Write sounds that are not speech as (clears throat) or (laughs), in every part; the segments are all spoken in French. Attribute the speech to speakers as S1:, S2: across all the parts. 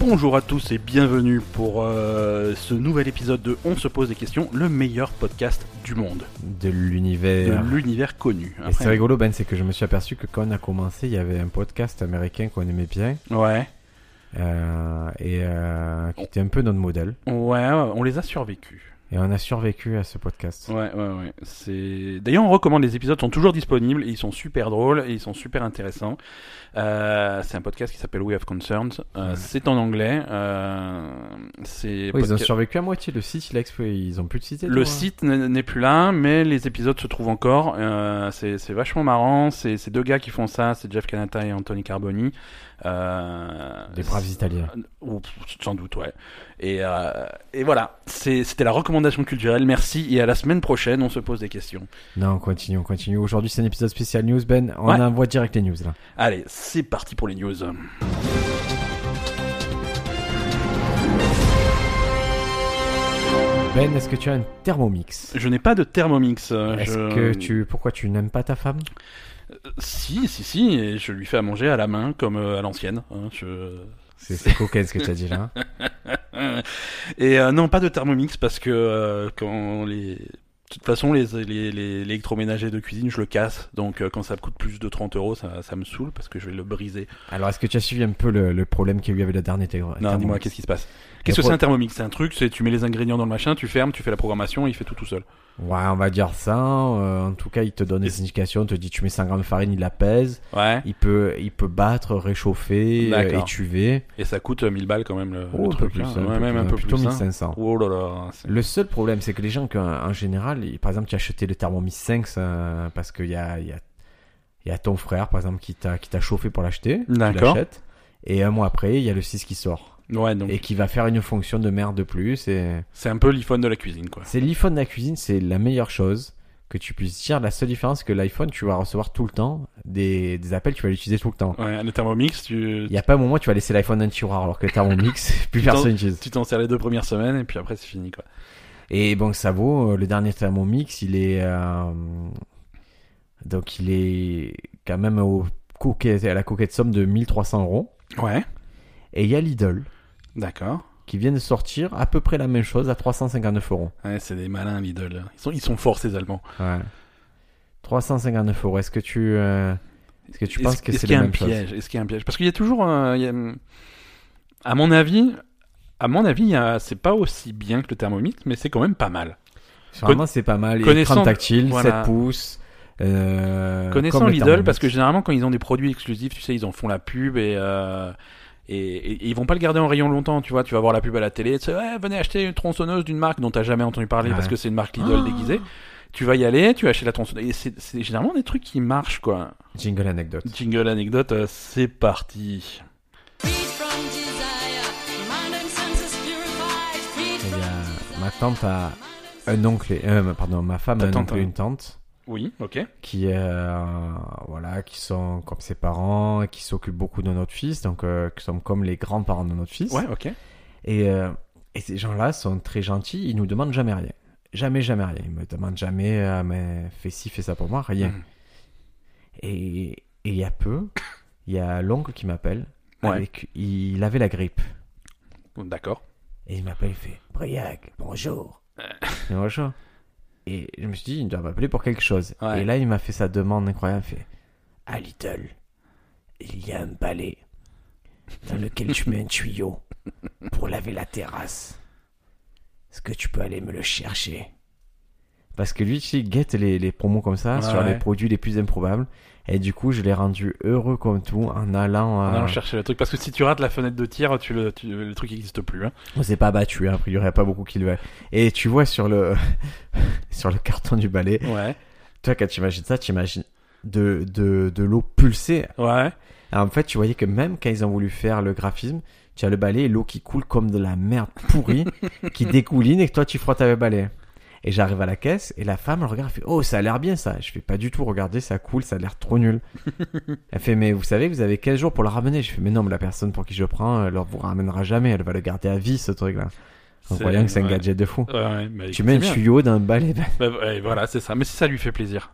S1: Bonjour à tous et bienvenue pour euh, ce nouvel épisode de On se pose des questions, le meilleur podcast du monde,
S2: de
S1: de
S2: l'univers.
S1: l'univers connu.
S2: Et c'est
S1: Après-
S2: rigolo, Ben, c'est que je me suis aperçu que quand on a commencé, il y avait un podcast américain qu'on aimait bien
S1: ouais.
S2: euh, et euh, qui était un peu notre modèle.
S1: ouais, ouais, on les a survécus.
S2: Et on a survécu à ce podcast.
S1: Ouais, ouais, ouais. C'est... D'ailleurs, on recommande, les épisodes sont toujours disponibles, et ils sont super drôles, et ils sont super intéressants. Euh, c'est un podcast qui s'appelle We Have Concerns, Euh,
S2: Ouais.
S1: c'est en anglais. Euh, c'est
S2: Oui, ils ont
S1: podcast-
S2: survécu à moitié. Le site, il a explosé. Ils ont plus de site. et tout,
S1: Le
S2: hein.
S1: site n- n'est plus là, mais les épisodes se trouvent encore. Euh, c'est c'est vachement marrant. C'est c'est deux gars qui font ça, c'est Jeff Canata et Anthony Carboni. Euh,
S2: Des braves
S1: c'est-
S2: Italiens.
S1: Ou, sans doute, ouais. Et, euh, et voilà, C'est- c'était la recommandation culturelle. Merci et à la semaine prochaine, on se pose des questions.
S2: Non, on continue, on continue. Aujourd'hui, c'est un épisode spécial news, Ben. On
S1: Ouais.
S2: envoie direct les news là.
S1: Allez, c'est parti pour les news.
S2: Ben, est-ce que tu as un Thermomix
S1: Je n'ai pas de Thermomix. euh,
S2: Est-ce
S1: je-
S2: que tu, pourquoi tu n'aimes pas ta femme
S1: Euh, Si, si, si, et je lui fais à manger à la main comme euh, à l'ancienne. hein, je...
S2: C'est
S1: (laughs)
S2: c'est coquin ce que tu as dit là. hein.
S1: Et euh, non, pas de Thermomix parce que euh, quand les. De toute façon, les, les, les- l'électroménager de cuisine, je le casse. Donc, euh, quand ça me coûte plus de 30 euros, ça, ça me saoule parce que je vais le briser.
S2: Alors, est-ce que tu as suivi un peu le, le problème qu'il y a eu avec la dernière Thermomix
S1: Non, dis-moi, qu'est-ce qui se passe
S2: Le
S1: Qu'est-ce que
S2: pro-
S1: c'est un thermomix C'est un truc, c'est tu mets les ingrédients dans le machin, tu fermes, tu fais la programmation, il fait tout tout seul.
S2: Ouais, on va dire ça. euh, en tout cas, il te donne des indications. Il te dit, tu mets 100 grammes de farine, il la pèse.
S1: Ouais.
S2: Il peut, il peut battre, réchauffer,
S1: D'accord.
S2: euh, étuver.
S1: Et ça coûte euh, 1000 balles quand même le, le
S2: Oh, un peu
S1: truc.
S2: plus.
S1: là.
S2: un
S1: Ouais,
S2: peu
S1: même
S2: plus,
S1: un peu
S2: plutôt
S1: plus. hein.
S2: 1500.
S1: Oh là là. c'est-
S2: Le seul problème, c'est que les gens, qui ont- en général, ils- par exemple, tu as acheté le Thermomix 5 ça, euh, parce qu'il y a, il y, a, il y a ton frère, par exemple, qui t'a qui t'a chauffé pour l'acheter. tu
S1: D'accord.
S2: l'achètes, Et un mois après, il y a le 6 qui sort.
S1: Ouais, donc
S2: Et qui va faire une fonction de merde de plus. Et...
S1: c'est un peu l'iPhone de la cuisine, quoi.
S2: C'est l'iPhone de la cuisine, c'est la meilleure chose que tu puisses dire. La seule différence, c'est que l'iPhone, tu vas recevoir tout le temps des, des appels, tu vas l'utiliser tout le temps.
S1: Ouais, le Thermomix, tu
S2: Il n'y a pas un moment où tu vas laisser l'iPhone dans le tiroir alors que t'as mon mix, (laughs) plus
S1: Putain.
S2: personne n'utilise.
S1: tu t'en sers les deux premières semaines et puis après c'est fini, quoi.
S2: Et bon, ça vaut, euh, le dernier Thermomix, il est. euh, donc, il est quand même au coquet, à la coquette somme de 1300 euros.
S1: Ouais.
S2: Et il y a Lidl
S1: D'accord.
S2: qui vient de sortir à peu près la même chose à 359 euros.
S1: Ouais, c'est des malins, Lidl. Ils sont, ils sont forts, ces Allemands.
S2: Ouais. 359 euros. Est-ce que tu. euh, Est-ce que tu penses
S1: Est-ce-
S2: que
S1: est-ce
S2: c'est
S1: qu'il y
S2: la
S1: a un
S2: même chose
S1: piège Est-ce qu'il y a un piège Parce qu'il y a toujours. euh, il y a, hum, à mon avis. À mon avis, il y a- c'est pas aussi bien que le thermomix, mais c'est quand même pas mal.
S2: Vraiment, c'est pas mal.
S1: connaissant-
S2: Écran tactile,
S1: voilà.
S2: 7 pouces. Euh,
S1: Connaissant
S2: comme le
S1: Lidl,
S2: Thermomix.
S1: parce que généralement, quand ils ont des produits exclusifs, tu sais, ils en font la pub et, euh, et, et- et ils vont pas le garder en rayon longtemps, tu vois. Tu vas voir la pub à la télé, tu sais, ouais, venez acheter une tronçonneuse d'une marque dont t'as jamais entendu parler
S2: Ouais.
S1: parce que c'est une marque Lidl déguisée. Tu vas y aller, tu achètes la tronçonneuse. Et c'est c'est généralement des trucs qui marchent, quoi.
S2: Jingle anecdote.
S1: Jingle anecdote, euh, c'est parti.
S3: Freed from desire, mind and senses purified, freed
S2: Il y
S3: from
S2: a- Ma tante a un oncle, et- euh, pardon, ma femme
S1: Ta
S2: a un
S1: tante,
S2: oncle et
S1: hein.
S2: une tante
S1: Oui, ok.
S2: qui, euh, voilà, qui sont comme ses parents, qui s'occupent beaucoup de notre fils, donc euh, qui sont comme les grands-parents de notre fils.
S1: Ouais, ok.
S2: Et, euh, et ces gens-là sont très gentils, ils nous demandent jamais rien. Jamais, jamais rien. Ils me demandent jamais, euh, mais fais ci, fais ça pour moi, rien.
S1: Mhm.
S2: Et et il y a peu, il y a l'oncle qui m'appelle.
S1: Ouais.
S2: avec- il avait la grippe.
S1: D'accord.
S2: Et il m'appelle, il fait Briac, bonjour.
S1: Euh.
S2: Et bonjour. Et je me suis dit, il doit m'appeler pour quelque chose.
S1: Ouais.
S2: Et là, il m'a fait sa demande incroyable. Il fait À Little, il y a un balai dans lequel tu mets un tuyau pour laver la terrasse. Est-ce que tu peux aller me le chercher Parce que lui, tu sais, il guette les, les promos comme ça
S1: Ouais,
S2: sur les
S1: ouais.
S2: produits les plus improbables. Et du coup, je l'ai rendu heureux comme tout en allant. euh,
S1: On
S2: à-
S1: va chercher le truc parce que si tu rates la fenêtre de tir, tu le, tu- le truc n'existe plus.
S2: (laughs)
S1: hein.
S2: On s'est pas battu, hein, a priori, il a pas beaucoup qui le veulent. Et tu vois sur le, (laughs) sur le carton du balai,
S1: Ouais.
S2: toi, quand tu imagines ça, tu imagines de, de, de l'eau pulsée.
S1: Ouais.
S2: Alors, en fait, tu voyais que même quand ils ont voulu faire le graphisme, tu as le balai et l'eau qui coule comme de la merde pourrie, qui découline et que toi, tu frottes avec le balai. Et j'arrive à la caisse et la femme, elle regarde, elle fait Oh, ça a l'air bien ça. Je fais pas du tout, regardez, ça coule, ça a l'air trop nul. elle fait Mais vous savez, vous avez 15 jours pour le ramener. Je fais Mais non, mais la personne pour qui je le prends, elle ne vous ramènera jamais, elle va le garder à vie ce truc-là. En
S1: C'est-
S2: croyant que c'est un
S1: ouais.
S2: gadget de fou.
S1: Ouais, ouais, mais
S2: Tu
S1: écoute,
S2: mets
S1: c'est
S2: un
S1: bien.
S2: tuyau d'un balai. ben, (laughs)
S1: Bah, ouais, voilà, c'est ça. Mais si ça lui fait plaisir.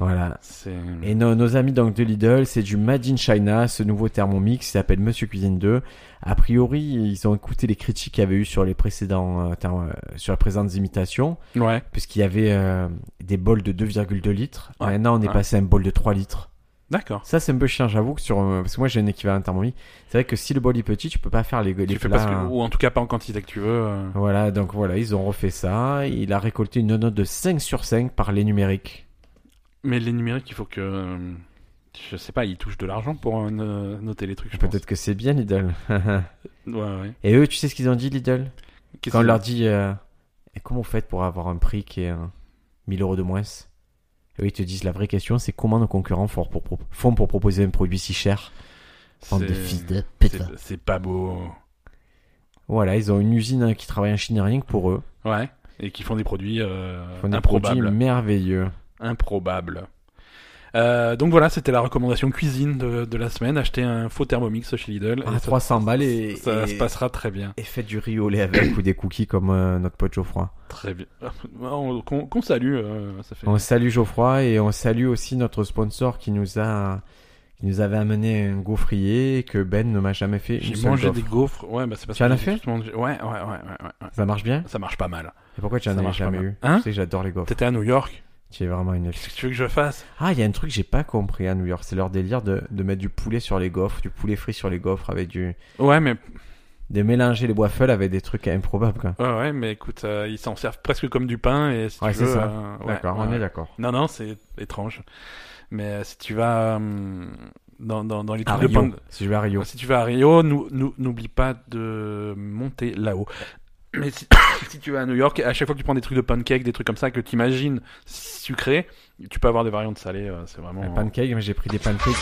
S2: Voilà.
S1: C'est...
S2: Et nos, nos amis donc de Lidl, c'est du Made in China, ce nouveau Thermomix, il s'appelle Monsieur Cuisine 2. A priori, ils ont écouté les critiques qu'il y avait eu sur les précédents, euh, therm- euh, sur les précédentes imitations,
S1: Ouais.
S2: puisqu'il y avait euh, des bols de 2,2 litres.
S1: Ouais,
S2: Maintenant, on est
S1: ouais.
S2: passé à un bol de 3 litres.
S1: D'accord.
S2: Ça, c'est un peu chiant, j'avoue, que sur, euh, parce que moi j'ai un équivalent Thermomix. C'est vrai que si le bol est petit, tu peux pas faire les, les
S1: Tu fais
S2: plats,
S1: pas ce que-
S2: hein.
S1: ou en tout cas pas en quantité que tu veux. euh.
S2: Voilà, donc voilà, ils ont refait ça. Il a récolté une note de 5 sur 5 par les numériques.
S1: Mais les numériques, il faut que. euh, Je sais pas, ils touchent de l'argent pour euh, no- noter les trucs, je pense.
S2: Peut-être que c'est bien Lidl.
S1: Ouais, ouais.
S2: Et eux, tu sais ce qu'ils ont dit Lidl
S1: Qu'est-ce
S2: Quand on
S1: que-
S2: leur dit euh, Et comment vous faites pour avoir un prix qui est euh, 1000 euros de moins Et eux, ils te disent la vraie question, c'est comment nos concurrents font pour, pro- font pour proposer un produit si cher Bande de
S1: c'est-
S2: fils de pute.
S1: c'est... c'est pas beau.
S2: Voilà, ils ont une usine hein, qui travaille en Chine rien que pour eux.
S1: Ouais. Et qui font des produits euh,
S2: Ils font des produits
S1: improbables.
S2: merveilleux.
S1: Improbables. Euh, donc voilà, c'était la recommandation cuisine de, de la semaine. Acheter un faux Thermomix chez Lidl.
S2: À
S1: Et ça-
S2: 300 balles Ah, et,
S1: Ça
S2: et-
S1: se passera très bien.
S2: et faites du riz au lait avec (coughs) ou des cookies comme euh, notre pote Geoffroy.
S1: Très bien. (laughs) On- Qu'on qu'on salue, euh, ça fait.
S2: On salue Geoffroy et on salue aussi notre sponsor qui nous a qui nous avait amené un gaufrier que Ben ne m'a jamais fait. une
S1: J'ai
S2: seule
S1: mangé
S2: gaufre.
S1: des gaufres. Ouais, bah c'est parce
S2: Tu en
S1: que
S2: as
S1: j'ai
S2: fait
S1: juste mangé- Ouais, ouais, ouais, ouais, ouais, ouais.
S2: Ça marche bien
S1: Ça marche pas mal.
S2: Et pourquoi tu en
S1: Ça
S2: as
S1: marche
S2: jamais
S1: pas
S2: eu
S1: Hein
S2: Tu sais que j'adore les gaufres.
S1: T'étais à New York.
S2: Tu es vraiment une.
S1: Qu'est-ce que tu veux que je fasse
S2: Ah, il y a un truc que j'ai pas compris à New York. C'est leur délire de, de mettre du poulet sur les gaufres, du poulet frit sur les gaufres avec du.
S1: Ouais, mais
S2: de mélanger les waffles avec des trucs improbables quoi.
S1: ouais, ouais, mais écoute, euh, ils s'en servent presque comme du pain et si
S2: Ouais,
S1: tu
S2: c'est
S1: veux,
S2: ça.
S1: euh, ouais,
S2: D'accord,
S1: ouais,
S2: on est
S1: ouais.
S2: d'accord.
S1: Non, non, c'est étrange. Mais euh, si tu vas euh, dans, dans, dans les
S2: À
S1: trucs de
S2: Rio,
S1: pain,
S2: si je vais à Rio.
S1: Ah, si tu vas à Rio, nous- nous- n'oublie pas de monter
S2: (coughs)
S1: là-haut. Mais si, (coughs) si tu vas à New York, à chaque fois que tu prends des trucs de pancake, des trucs comme ça que tu imagines sucrés, tu peux avoir des variantes salées. euh, C'est vraiment
S2: Un pancake, mais j'ai pris des pancakes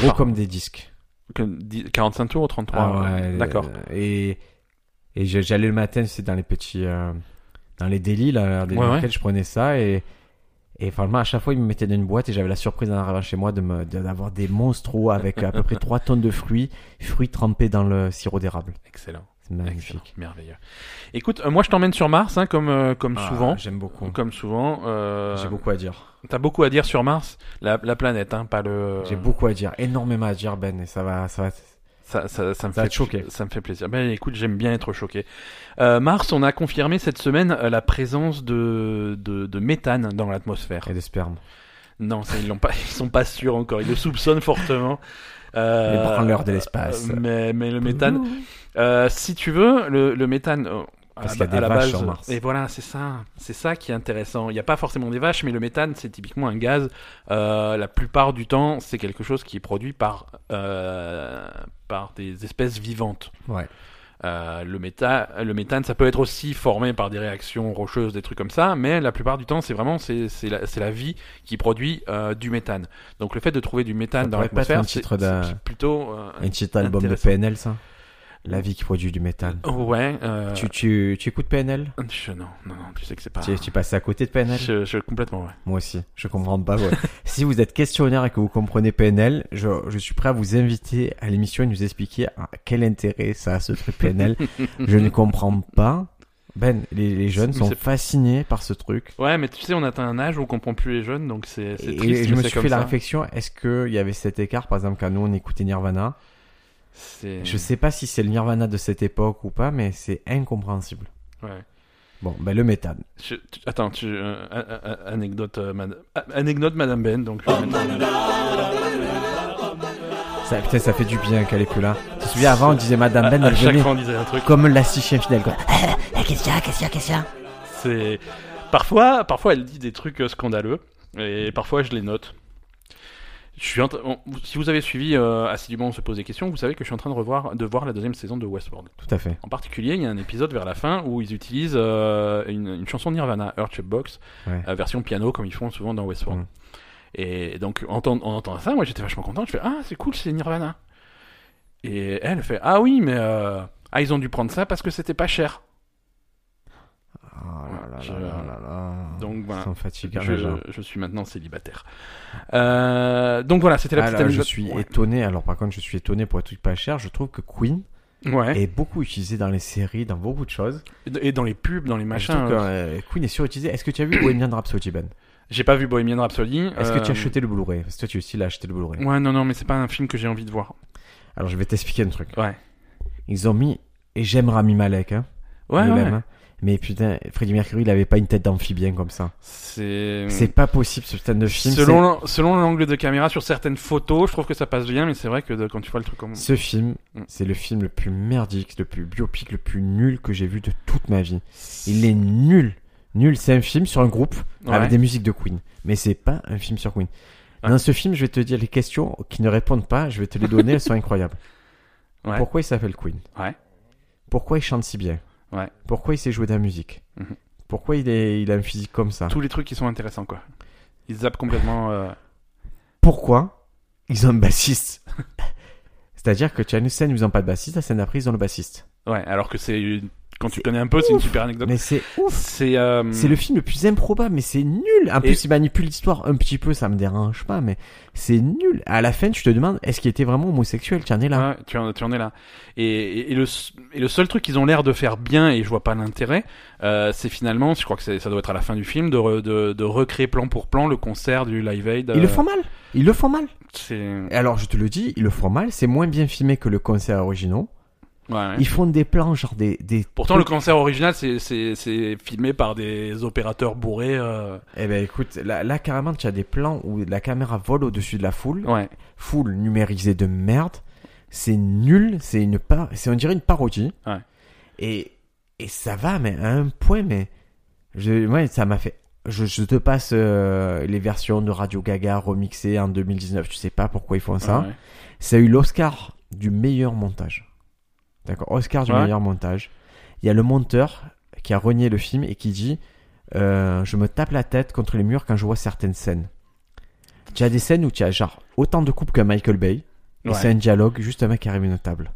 S2: gros comme des disques.
S1: que dix- 45 tours ou 33. euh, D'accord.
S2: euh, Et, et je- j'allais le matin, c'est dans les petits, euh, dans les délits là, des
S1: Ouais, ouais.
S2: je prenais ça et et franchement à chaque fois ils me mettaient dans une boîte et j'avais la surprise en arrivant chez moi de me de- d'avoir des monstros avec à peu près 3 tonnes de fruits, fruits trempés dans le sirop d'érable.
S1: Excellent.
S2: C'est magnifique.
S1: Excellent, merveilleux. Écoute, euh, moi je t'emmène sur Mars, hein, comme, euh, comme
S2: Ah,
S1: souvent.
S2: J'aime beaucoup.
S1: Comme souvent. euh,
S2: J'ai beaucoup à dire.
S1: T'as beaucoup à dire sur Mars, la, la planète, hein, pas le.
S2: J'ai beaucoup à dire, énormément à dire Ben et ça va ça va
S1: Ça, ça, ça me
S2: Ça va
S1: fait
S2: te choquer.
S1: Ça me fait plaisir. Ben écoute, j'aime bien être choqué. Euh, Mars, on a confirmé cette semaine euh, la présence de, de, de méthane dans l'atmosphère.
S2: et de sperme.
S1: Non, ça, ils l'ont pas, (laughs) ils sont pas sûrs encore. Ils le soupçonnent fortement.
S2: Les
S1: Euh,
S2: branleurs de l'espace.
S1: Mais, mais
S2: Mmh.
S1: le méthane, Euh, si tu veux, le, le méthane. euh, à
S2: Parce
S1: la-
S2: qu'il y a
S1: à la
S2: des
S1: base,
S2: vaches sur Mars.
S1: Et voilà, c'est ça. C'est ça qui est intéressant. Il n'y a pas forcément des vaches, mais le méthane, c'est typiquement un gaz. Euh, la plupart du temps, c'est quelque chose qui est produit par, euh, par des espèces vivantes.
S2: Ouais.
S1: Euh, le, méta, le méthane, ça peut être aussi formé par des réactions rocheuses, des trucs comme ça, mais la plupart du temps, c'est vraiment c'est c'est la, c'est la vie qui produit euh, du méthane. Donc le fait de trouver du méthane
S2: Ça
S1: dans
S2: pourrait pas être un
S1: l'atmosphère, c'est
S2: titre d'un-
S1: c'est plutôt euh,
S2: Un petit album de
S1: Intéressant.
S2: PNL, ça La vie qui produit du métal.
S1: ouais. euh,
S2: Tu, tu, tu écoutes PNL
S1: Je- non, non, non, tu sais que c'est pas.
S2: tu, tu passes à côté de PNL
S1: Je, je- complètement, ouais.
S2: Moi aussi, je comprends pas. ouais. (laughs) si vous êtes questionnaire et que vous comprenez PNL, je, je suis prêt à vous inviter à l'émission et nous expliquer à quel intérêt ça a ce truc PNL.
S1: (laughs)
S2: je ne comprends pas. Ben, les, les jeunes
S1: Mais
S2: sont
S1: c'est-
S2: fascinés par ce truc.
S1: Ouais, mais tu sais, on atteint un âge où on comprend plus les jeunes, donc c'est c'est
S2: Et,
S1: triste.
S2: et je
S1: mais
S2: me
S1: c'est
S2: suis
S1: comme
S2: fait la
S1: ça.
S2: réflexion, est-ce qu'il y avait cet écart, par exemple, quand nous on écoutait Nirvana
S1: C'est.
S2: Je sais pas si c'est le Nirvana de cette époque ou pas, mais c'est incompréhensible.
S1: Ouais.
S2: Bon, ben le métal.
S1: Je- tu- Attends, tu euh, a- a- a- anecdote, euh, madame, a- anecdote, madame Ben. Donc. je vais mettre-
S2: Ça, putain, ça fait du bien qu'elle est plus là. Tu te souviens, avant, on disait Madame Ben,
S1: à, à
S2: elle
S1: chaque
S2: venait
S1: fois, on disait un truc.
S2: comme la sixième finale, quoi.
S4: Eh, qu'est-ce qu'il y a, qu'est-ce qu'il y a, qu'est-ce qu'il y a
S1: C'est. Parfois, parfois, elle dit des trucs euh, scandaleux, et parfois, je les note. Je suis en tra- on- Si vous avez suivi euh, assidûment, on se pose des questions. Vous savez que je suis en train de revoir, de voir la deuxième saison de Westworld.
S2: Tout à fait.
S1: En particulier, il y a un épisode vers la fin où ils utilisent euh, une, une chanson de Nirvana, Earth Box, euh,
S2: Ouais.
S1: version piano, comme ils font souvent dans Westworld.
S2: Mm.
S1: Et donc, entend- en entendant ça, moi j'étais vachement content. Je fais Ah, c'est cool, c'est Nirvana. Et elle fait Ah oui, mais euh, ah, ils ont dû prendre ça parce que c'était pas cher.
S2: Oh là là
S1: Je-
S2: là là là là.
S1: Donc, voilà.
S2: Ils sont fatigués,
S1: je,
S2: les gens.
S1: je suis maintenant célibataire. Euh, donc voilà, c'était la
S2: Ah
S1: petite
S2: là, je
S1: anecdote.
S2: suis
S1: Ouais.
S2: étonné. Alors, par contre, je suis étonné pour être truc pas cher. Je trouve que Queen
S1: Ouais.
S2: est beaucoup utilisé dans les séries, dans beaucoup de choses.
S1: Et... dans les pubs, dans les
S2: Je
S1: machins. euh,
S2: trouve que, euh, Queen est surutilisé. Est-ce que tu as vu Bohemian Rhapsody, Ben
S1: J'ai pas vu Bohemian Rhapsody.
S2: Est-ce que tu as
S1: euh,
S2: acheté le Blu-ray Parce que toi, tu aussi l'as acheté le Blu-ray.
S1: Ouais, non, non, mais c'est pas un film que j'ai envie de voir.
S2: Alors, je vais t'expliquer un truc.
S1: Ouais.
S2: Ils ont mis. Et j'aime Rami Malek, hein.
S1: Ouais,
S2: je
S1: ouais.
S2: l'aime, hein. Mais putain, Freddie Mercury, il avait pas une tête d'amphibien comme ça.
S1: C'est.
S2: C'est pas possible ce putain de film.
S1: Mm. Selon l'an- selon l'angle de caméra sur certaines photos, je trouve que ça passe bien, mais c'est vrai que de- quand tu vois le truc comme.
S2: c'est- Ce film,
S1: Mm.
S2: c'est le film le plus merdique, le plus biopic, le plus nul que j'ai vu de toute ma vie. Il est nul. Nul, c'est un film sur un groupe
S1: Ouais.
S2: avec des musiques de Queen. Mais c'est pas un film sur Queen.
S1: Ouais.
S2: Dans ce film, je vais te dire les questions qui ne répondent pas, je vais te les
S1: (laughs)
S2: donner, elles sont incroyables.
S1: Ouais.
S2: Pourquoi il s'appelle Queen
S1: Ouais.
S2: Pourquoi il chante si bien
S1: Ouais.
S2: Pourquoi il sait jouer de la musique
S1: Mhm.
S2: Pourquoi il, est, il a un physique comme ça
S1: Tous les trucs qui sont intéressants, quoi. Ils zappent complètement. euh,
S2: Pourquoi ils ont un bassiste (laughs) C'est-à-dire que tu as une scène où ils n'ont pas de bassiste, la scène d'après ils ont le bassiste.
S1: Ouais, alors que c'est. une- Quand tu
S2: C'est
S1: connais un peu, c'est une super anecdote.
S2: Mais c'est ouf
S1: C'est. euh,
S2: C'est le film le plus improbable, mais c'est nul. En
S1: Et-
S2: plus, il manipule l'histoire un petit peu, ça me dérange pas, mais c'est nul. À la fin, tu te demandes, est-ce qu'il était vraiment homosexuel Tu en es là.
S1: Ouais, tu, en, tu en es là. Et, et- et le, s- et le seul truc qu'ils ont l'air de faire bien, et je vois pas l'intérêt, euh, c'est finalement, je crois que c'est- ça doit être à la fin du film, de, re- de, de recréer plan pour plan le concert du Live Aid.
S2: Ils
S1: euh,
S2: le font mal. Ils le font mal.
S1: C'est.
S2: Et Alors, je te le dis, ils le font mal. C'est moins bien filmé que le concert original.
S1: Ouais, ouais.
S2: Ils font des plans, genre des. des...
S1: Pourtant, le concert original, c'est- c'est c'est filmé par des opérateurs bourrés. euh,
S2: Eh ben, écoute, là, là, carrément, tu as des plans où la caméra vole au-dessus de la foule.
S1: Ouais.
S2: Foule numérisée de merde. C'est nul. C'est une par... C'est, on dirait une parodie.
S1: Ouais.
S2: Et, et ça va, mais à un point, mais. Je, ouais, ça m'a fait. Je, je te passe euh, les versions de Radio Gaga remixées en 2019. Tu sais pas pourquoi ils font ça.
S1: ouais.
S2: Ça a eu l'Oscar du meilleur montage. D'accord, Oscar du
S1: Ouais.
S2: meilleur montage. Il y a le monteur qui a renié le film et qui dit euh, Je me tape la tête contre les murs quand je vois certaines scènes. Tu as des scènes où tu as genre autant de coupes que Michael Bay. Et
S1: Ouais.
S2: c'est un dialogue, juste un mec qui arrive à une table.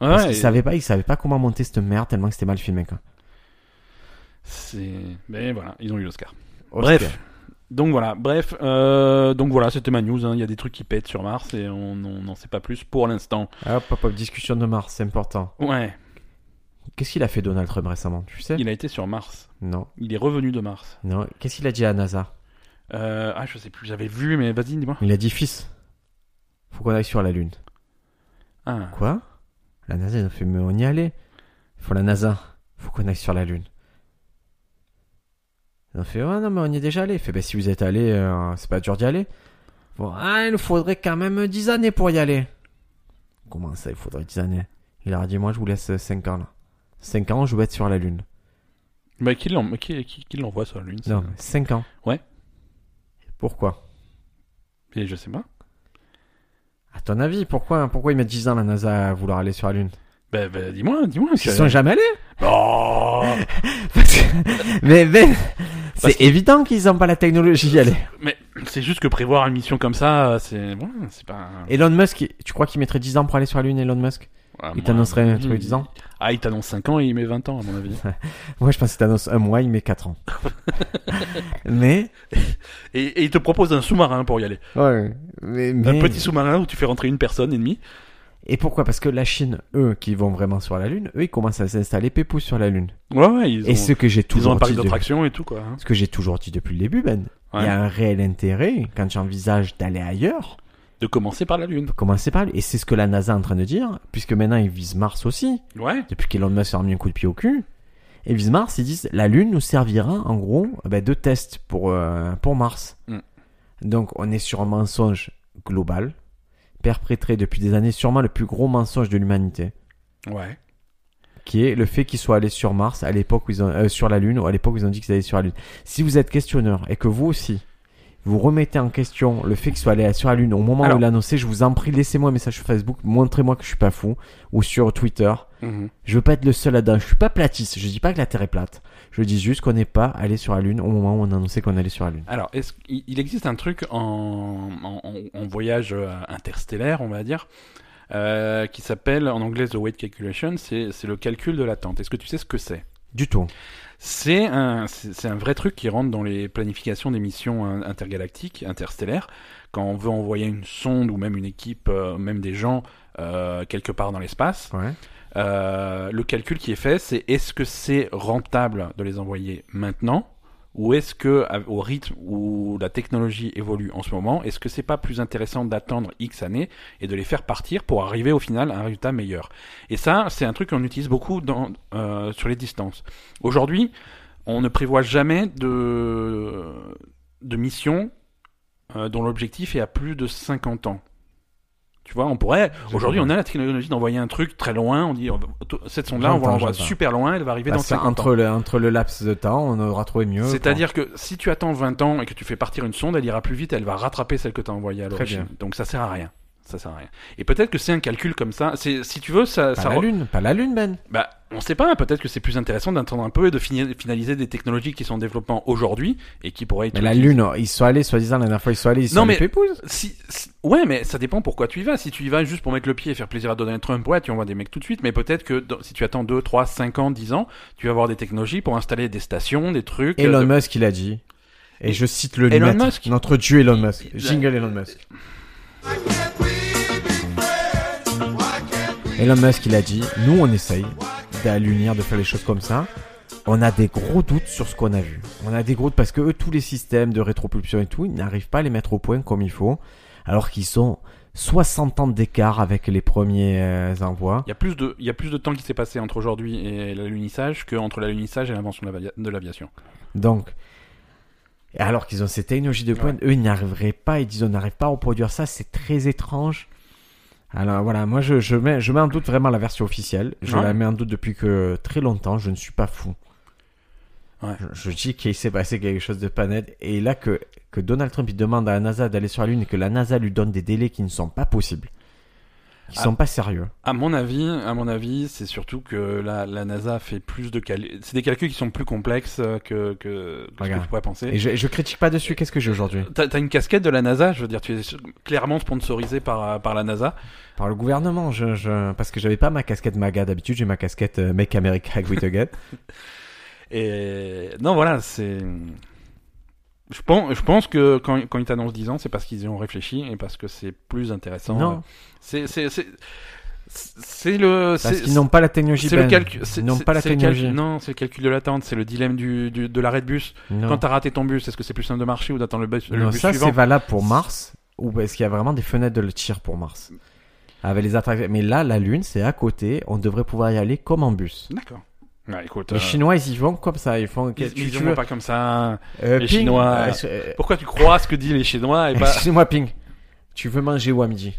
S1: Ouais,
S2: Parce
S1: et
S2: qu'il savait pas, il savait pas comment monter cette merde tellement que c'était mal filmé. Quoi.
S1: c'est. Mais voilà, ils ont eu l'Oscar.
S2: Oscar.
S1: Bref. Donc voilà, bref, euh, donc voilà, c'était ma news. hein. Il y a des trucs qui pètent sur Mars et on on n'en sait pas plus pour l'instant.
S2: Hop, hop, hop, discussion de Mars, c'est important.
S1: Ouais,
S2: Qu'est-ce qu'il a fait Donald Trump récemment, tu sais
S1: il a été sur Mars.
S2: Non,
S1: Il est revenu de Mars.
S2: non. Qu'est-ce qu'il a dit à NASA
S1: Euh, ah, je sais plus, j'avais vu, mais vas-y, dis-moi.
S2: Il a dit Fils, faut qu'on aille sur la Lune.
S1: Ah,
S2: Quoi La NASA, ils ont fait, mais on y allait. Ils font la NASA, faut qu'on aille sur la Lune. Ils ont fait, ouais, non, mais on y est déjà allé. Il fait, bah, si vous êtes allé, euh, c'est pas dur d'y aller. Bon, ah, il nous faudrait quand même 10 années pour y aller. Comment ça, il faudrait 10 années Il leur a dit, moi, je vous laisse 5 ans là. 5 ans, je vais être sur la Lune.
S1: bah, qui l'en- qui- qui- qui l'envoie sur la Lune ça
S2: Non, 5 ans.
S1: Ouais.
S2: Pourquoi
S1: Et je sais pas.
S2: À ton avis, pourquoi, pourquoi ils mettent 10 ans la NASA à vouloir aller sur la Lune
S1: Bah, bah, dis-moi, dis-moi.
S2: Ils
S1: que-
S2: sont jamais allés
S1: Oh
S2: Parce que- Mais Ben,
S1: Parce
S2: c'est évident qu'ils n'ont pas la technologie. Allez.
S1: Mais c'est juste que prévoir une mission comme ça, euh, c'est. Ouais, c'est pas.
S2: Elon Musk, il- tu crois qu'il mettrait 10 ans pour aller sur la Lune, Elon Musk
S1: Ah,
S2: Il
S1: moi,
S2: t'annoncerait un
S1: il-
S2: truc 10 ans
S1: Ah, il t'annonce 5 ans et il met 20 ans, à mon avis.
S2: Moi, je pense qu'il t'annonce un mois, il met 4
S1: (laughs)
S2: ans. mais,
S1: et, et il te propose un sous-marin pour y aller.
S2: ouais, mais, mais-
S1: Un petit sous-marin où tu fais rentrer une personne et demie.
S2: Et pourquoi Parce que la Chine, eux, qui vont vraiment sur la Lune, eux, ils commencent à s'installer pépou sur la Lune.
S1: Ouais, ouais, ils ont,
S2: Et ce que j'ai
S1: ils ont
S2: toujours
S1: un
S2: dit.
S1: parc
S2: depuis-
S1: d'attraction et tout, quoi. hein.
S2: Ce que j'ai toujours dit depuis le début, Ben, il
S1: Ouais.
S2: y a un réel intérêt quand tu envisages d'aller ailleurs.
S1: De commencer par la Lune.
S2: Commencer par lui. Et c'est ce que la NASA est en train de dire, puisque maintenant ils visent Mars aussi.
S1: Ouais.
S2: depuis qu'Elon Musk leur a mis un coup de pied au cul. Et visent Mars, ils disent la Lune nous servira en gros euh, ben, de test pour, euh, pour Mars.
S1: Mm.
S2: Donc on est sur un mensonge global, perpétré depuis des années, sûrement le plus gros mensonge de l'humanité,
S1: Ouais.
S2: qui est le fait qu'ils soient allés sur Mars à l'époque où ils ont, euh, sur la Lune, ou à l'époque où ils ont dit qu'ils allaient sur la Lune. Si vous êtes questionneur et que vous aussi, vous remettez en question le fait qu'ils soient allés sur la Lune au moment
S1: Alors-
S2: où ils l'annonçaient, je vous en prie, laissez-moi un message sur Facebook, montrez-moi que je suis pas fou, ou sur Twitter,
S1: Mhm.
S2: je veux pas être le seul là-dedans. Je suis pas platiste. Je dis pas que la Terre est plate. Je dis juste qu'on n'est pas allé sur la Lune au moment où on annonçait qu'on allait sur la Lune.
S1: Alors, est-ce qu'il il existe un truc en, en- en- en voyage euh, interstellaire, on va dire, euh, qui s'appelle en anglais the weight calculation, c'est c'est le calcul de l'attente. Est-ce que tu sais ce que c'est
S2: Du tout.
S1: C'est un, c'est c'est un vrai truc qui rentre dans les planifications des missions euh, intergalactiques, interstellaires. Quand on veut envoyer une sonde ou même une équipe, euh, même des gens euh, quelque part dans l'espace,
S2: Ouais.
S1: euh, le calcul qui est fait, c'est est-ce que c'est rentable de les envoyer maintenant Ou est-ce que, à- au rythme où la technologie évolue en ce moment, est-ce que c'est pas plus intéressant d'attendre X années et de les faire partir pour arriver au final à un résultat meilleur Et ça, c'est un truc qu'on utilise beaucoup dans, euh, sur les distances. Aujourd'hui, on ne prévoit jamais de, de mission euh, dont l'objectif est à plus de 50 ans. Tu vois, on pourrait.
S2: Je
S1: Aujourd'hui, on
S2: comprends.
S1: a la technologie d'envoyer un truc très loin. On dit, on va- cette sonde-là, on va
S2: J'entends,
S1: l'envoyer
S2: j'entends.
S1: super loin, elle va arriver
S2: Bah,
S1: dans
S2: ça,
S1: 50 ans.
S2: entre, le, entre le laps de temps, on aura trouvé mieux.
S1: C'est-à-dire que si tu attends 20 ans et que tu fais partir une sonde, elle ira plus vite, elle va rattraper celle que tu as envoyée à
S2: Très
S1: l'origine. Donc ça sert à rien. Ça sert à rien. Et peut-être que c'est un calcul comme ça. C'est, si tu veux, ça,
S2: Pas
S1: ça
S2: Bah, la
S1: re-
S2: lune, pas la lune, Ben.
S1: bah, on sait pas. Peut-être que c'est plus intéressant d'attendre un peu et de fini- finaliser des technologies qui sont en développement aujourd'hui et qui pourraient. être
S2: Mais la
S1: utilisées.
S2: lune, ils sont allés, soi-disant, la dernière fois, ils sont allés, ils sont
S1: Non,
S2: allés
S1: mais-
S2: pépouze.
S1: Si, si- ouais, mais ça dépend pourquoi tu y vas. Si tu y vas juste pour mettre le pied et faire plaisir à Donald Trump, ouais, tu envoies des mecs tout de suite. Mais peut-être que dans- si tu attends 2, 3, 5 ans, 10 ans, tu vas avoir des technologies pour installer des stations, des trucs. euh,
S2: Elon
S1: de-
S2: Musk, il a dit. Et je cite le
S1: Elon
S2: maître,
S1: Musk
S2: Notre dieu Elon Musk.
S1: Il-
S2: Jingle Elon Musk. Elon Musk, il a dit, nous, on essaye d'allunir, de faire les choses comme ça. On a des gros doutes sur ce qu'on a vu. On a des gros doutes parce que eux, tous les systèmes de rétropulsion et tout, ils n'arrivent pas à les mettre au point comme il faut. Alors qu'ils sont 60 ans d'écart avec les premiers euh, envois.
S1: Il y, a plus de, il y a plus de temps qui s'est passé entre aujourd'hui et l'alunissage qu'entre l'alunissage et l'invention de l'avia- de l'aviation.
S2: Donc, et alors qu'ils ont ces technologies de pointe, eux, ils n'y arriveraient pas. Ils disent, on n'arrive pas à reproduire ça. C'est très étrange. Alors voilà, moi, je, je mets, je mets en doute vraiment la version officielle. Je
S1: Ouais.
S2: la mets en doute depuis que très longtemps. Je ne suis pas fou.
S1: Ouais.
S2: Je, je dis qu'il s'est passé quelque chose de pas net. Et là, que, que Donald Trump il demande à la NASA d'aller sur la Lune et que la NASA lui donne des délais qui ne sont pas possibles, qui ne
S1: Ah.
S2: sont pas sérieux.
S1: À mon avis, à mon avis, c'est surtout que la, la NASA fait plus de calculs. C'est des calculs qui sont plus complexes euh, que, que, que ce que
S2: Regarde.
S1: tu pourrais penser.
S2: Et je, je critique pas dessus. Qu'est-ce que j'ai aujourd'hui
S1: T'as t'as une casquette de la NASA, je veux dire, tu es clairement sponsorisé par, euh, par la NASA.
S2: Par le gouvernement, je, je- parce que j'avais pas ma casquette MAGA d'habitude, j'ai ma casquette euh, Make
S1: (laughs)
S2: America Great Again.
S1: Et non, voilà, c'est. Je pense, je pense que quand, quand ils t'annoncent 10 ans, c'est parce qu'ils y ont réfléchi et parce que c'est plus intéressant.
S2: non,
S1: C'est c'est- c'est- c'est le.
S2: parce
S1: c'est-
S2: qu'ils n'ont pas la technologie.
S1: C'est
S2: Ben.
S1: le calcul. c'est-
S2: Ils n'ont
S1: c'est-
S2: pas la
S1: c'est le calcul-
S2: technologie.
S1: Non, c'est le calcul de l'attente, c'est le dilemme du, du- de l'arrêt de bus.
S2: Non.
S1: Quand t'as raté ton bus, est-ce que c'est plus simple de marcher ou d'attendre le bus, le
S2: Non,
S1: bus
S2: ça c'est
S1: suivant
S2: valable pour Mars, ou est-ce qu'il y a vraiment des fenêtres de le tir pour Mars Avec les attractions. Mais là, la Lune, c'est à côté, on devrait pouvoir y aller comme en bus.
S1: D'accord. Ouais, écoute,
S2: Les
S1: euh,
S2: Chinois, ils y vont comme ça. Ils font.
S1: ils,
S2: tu-
S1: ils
S2: tu
S1: y
S2: veux-
S1: vont pas comme ça.
S2: Euh,
S1: les
S2: ping,
S1: Chinois.
S2: euh, euh,
S1: Pourquoi tu crois ce que disent les Chinois et pas...
S2: (laughs) Excuse-moi, Ping. Tu veux manger où à midi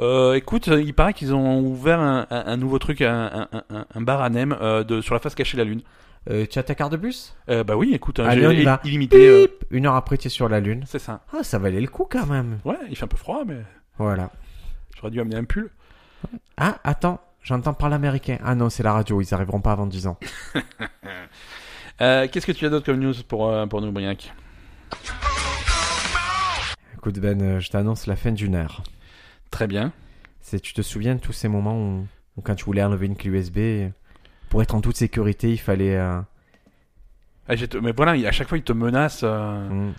S1: Euh, Écoute, il paraît qu'ils ont ouvert un, un- un nouveau truc, un, un- un- un bar à Nem euh, de, sur la face cachée de la Lune.
S2: Euh, Tu as ta carte de bus
S1: Euh, bah oui, écoute,
S2: Allez,
S1: j'ai-
S2: on y va.
S1: illimité. euh,
S2: Bip Une heure après, tu es sur la Lune.
S1: c'est ça.
S2: Ah, ça valait le coup quand même.
S1: Ouais, il fait un peu froid, mais
S2: Voilà.
S1: j'aurais dû amener un pull.
S2: Ah, attends, j'entends parler américain. Ah non, c'est la radio, ils arriveront pas avant 10 ans.
S1: Euh, Qu'est-ce que tu as d'autre comme news pour, euh, pour nous, Briac
S2: Écoute Ben, euh, je t'annonce la fin d'une ère.
S1: Très bien.
S2: C'est, tu te souviens de tous ces moments où, où quand tu voulais enlever une clé USB, euh, pour être en toute sécurité, il fallait... euh,
S1: Ah, j'ai te- Mais voilà, il- à chaque fois, il te menace. euh,
S2: mm.